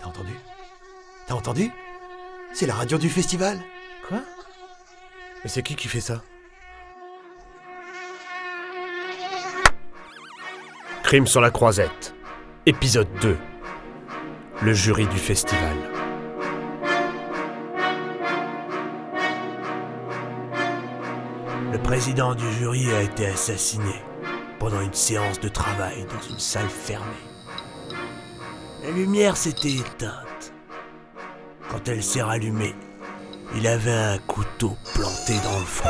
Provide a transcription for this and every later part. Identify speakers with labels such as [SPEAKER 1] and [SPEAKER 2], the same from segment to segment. [SPEAKER 1] T'as entendu T'as entendu C'est la radio du festival
[SPEAKER 2] Quoi
[SPEAKER 1] Mais c'est qui qui fait ça
[SPEAKER 2] Crime sur la croisette, épisode 2. Le jury du festival.
[SPEAKER 3] Le président du jury a été assassiné pendant une séance de travail dans une salle fermée. La lumière s'était éteinte. Quand elle s'est rallumée, il avait un couteau planté dans le front,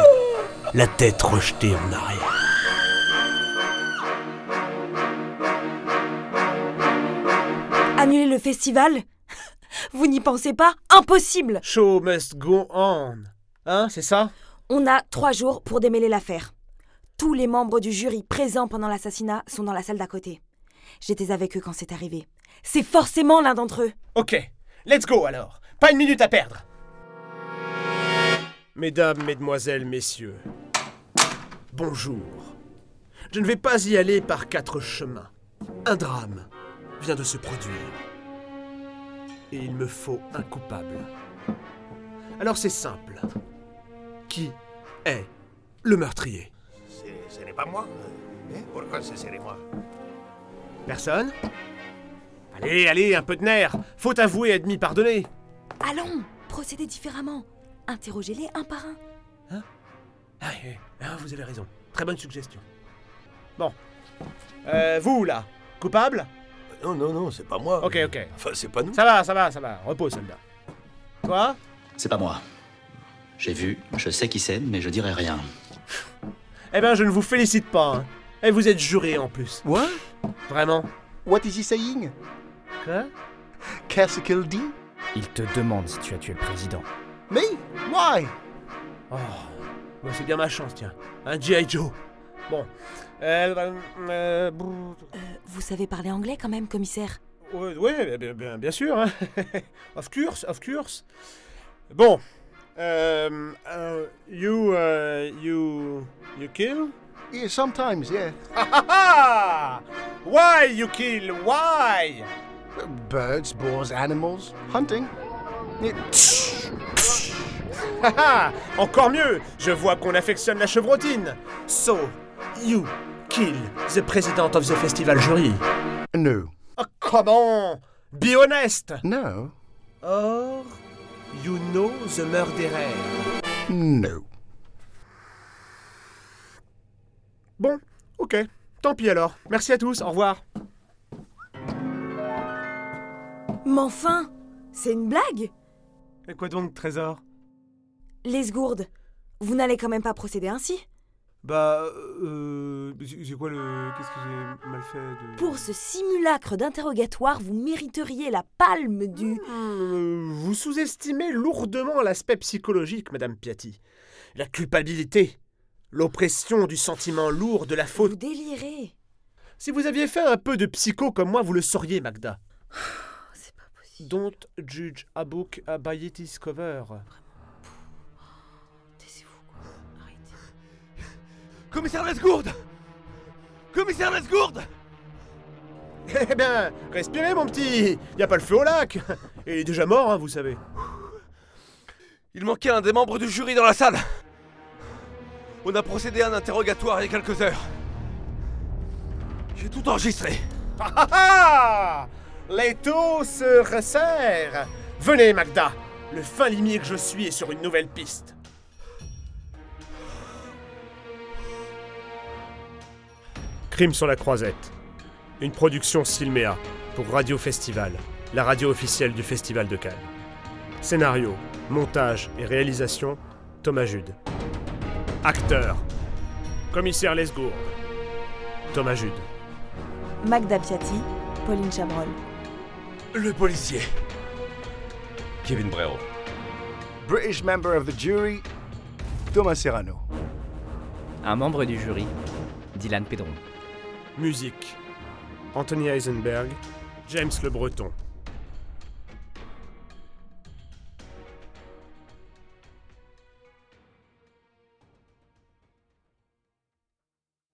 [SPEAKER 3] la tête rejetée en arrière.
[SPEAKER 4] Annuler le festival Vous n'y pensez pas Impossible
[SPEAKER 5] Show must go on. Hein, c'est ça
[SPEAKER 4] On a trois jours pour démêler l'affaire. Tous les membres du jury présents pendant l'assassinat sont dans la salle d'à côté. J'étais avec eux quand c'est arrivé. C'est forcément l'un d'entre eux.
[SPEAKER 5] Ok, let's go alors. Pas une minute à perdre.
[SPEAKER 2] Mesdames, Mesdemoiselles, Messieurs, bonjour. Je ne vais pas y aller par quatre chemins. Un drame vient de se produire. Et il me faut un coupable. Alors c'est simple. Qui est le meurtrier
[SPEAKER 6] Ce n'est pas moi.
[SPEAKER 3] Eh?
[SPEAKER 6] Hein Pourquoi ce serait moi
[SPEAKER 2] Personne Allez, allez, un peu de nerf Faut avouer et demi pardonner
[SPEAKER 4] Allons, procédez différemment. Interrogez-les un par un.
[SPEAKER 2] Ah, eh, ah, vous avez raison. Très bonne suggestion. Bon. Euh, vous, là, coupable
[SPEAKER 3] Euh,
[SPEAKER 6] Non, non, non, c'est pas moi.
[SPEAKER 2] Ok, ok.
[SPEAKER 6] Enfin, c'est pas nous.
[SPEAKER 2] Ça va, ça va, ça va. Repose, soldat. Toi
[SPEAKER 7] C'est pas moi. J'ai vu, je sais qui c'est, mais je dirai rien.
[SPEAKER 2] Eh ben, je ne vous félicite pas. hein. Et vous êtes juré, en plus.
[SPEAKER 8] What
[SPEAKER 2] Vraiment.
[SPEAKER 8] What is he saying
[SPEAKER 2] Quoi
[SPEAKER 8] Qu'est-ce qu'il dit
[SPEAKER 9] Il te demande si tu as tué le président.
[SPEAKER 8] Me Why
[SPEAKER 2] Oh, ouais, c'est bien ma chance, tiens. Un G.I. Joe. Bon. Euh, euh, euh, brou-
[SPEAKER 4] Vous savez parler anglais quand même, commissaire
[SPEAKER 2] Ouais, ouais, bien, bien- bien sûr. hein. of course, of course. Bon. Euh, euh, you, euh, you, you kill?
[SPEAKER 8] Yeah, sometimes, yeah.
[SPEAKER 2] Ah, ah Why you kill? Why?
[SPEAKER 8] Birds, boars, animals, hunting. Yeah,
[SPEAKER 2] Ah, ah Encore mieux. Je vois qu'on affectionne la chevrotine. So, you kill the president of the festival jury.
[SPEAKER 8] No.
[SPEAKER 2] Oh, comment? Be honest.
[SPEAKER 8] No.
[SPEAKER 2] Or, you know the murderer.
[SPEAKER 8] No.
[SPEAKER 2] Bon, ok. Tant pis alors. Merci à tous. Au revoir.
[SPEAKER 4] Mais enfin C'est une blague
[SPEAKER 2] Et quoi donc, trésor
[SPEAKER 4] Les gourdes, vous n'allez quand même pas procéder ainsi
[SPEAKER 5] Bah, euh. C'est quoi le. Qu'est-ce que j'ai mal fait de.
[SPEAKER 4] Pour ce simulacre d'interrogatoire, vous mériteriez la palme du...
[SPEAKER 2] Euh, Vous sous-estimez lourdement l'aspect psychologique, Madame Piatti. La culpabilité, l'oppression du sentiment lourd de la
[SPEAKER 4] Vous
[SPEAKER 2] faute.
[SPEAKER 4] délirez
[SPEAKER 2] Si vous aviez fait un peu de psycho comme moi, vous le sauriez, Magda.
[SPEAKER 4] C'est pas possible.
[SPEAKER 2] Don't judge a book by its cover.
[SPEAKER 4] Taisez-vous, quoi. Arrêtez.
[SPEAKER 3] Commissaire Lesgourde Commissaire Lesgourde
[SPEAKER 2] Eh bien, respirez, mon petit. Y a pas le feu au lac. Il est déjà mort, hein, vous savez.
[SPEAKER 3] Il manquait un des membres du jury dans la salle. On a procédé à un interrogatoire il y a quelques heures. J'ai tout enregistré.
[SPEAKER 2] Ah ah Les taux se resserrent Venez, Magda Le fin limier que je suis est sur une nouvelle piste. Crime sur la croisette. Une production Silméa pour Radio Festival, la radio officielle du Festival de Cannes. Scénario, montage et réalisation, Thomas Jude. Acteur, commissaire Lesgour, Thomas Jude.
[SPEAKER 4] Magda Piatti, Pauline Chabrol.
[SPEAKER 3] Le policier.
[SPEAKER 7] Kevin Brero.
[SPEAKER 8] British member of the jury, Thomas Serrano.
[SPEAKER 9] Un membre du jury, Dylan Pedron.
[SPEAKER 2] Musique Anthony Heisenberg, James Le Breton.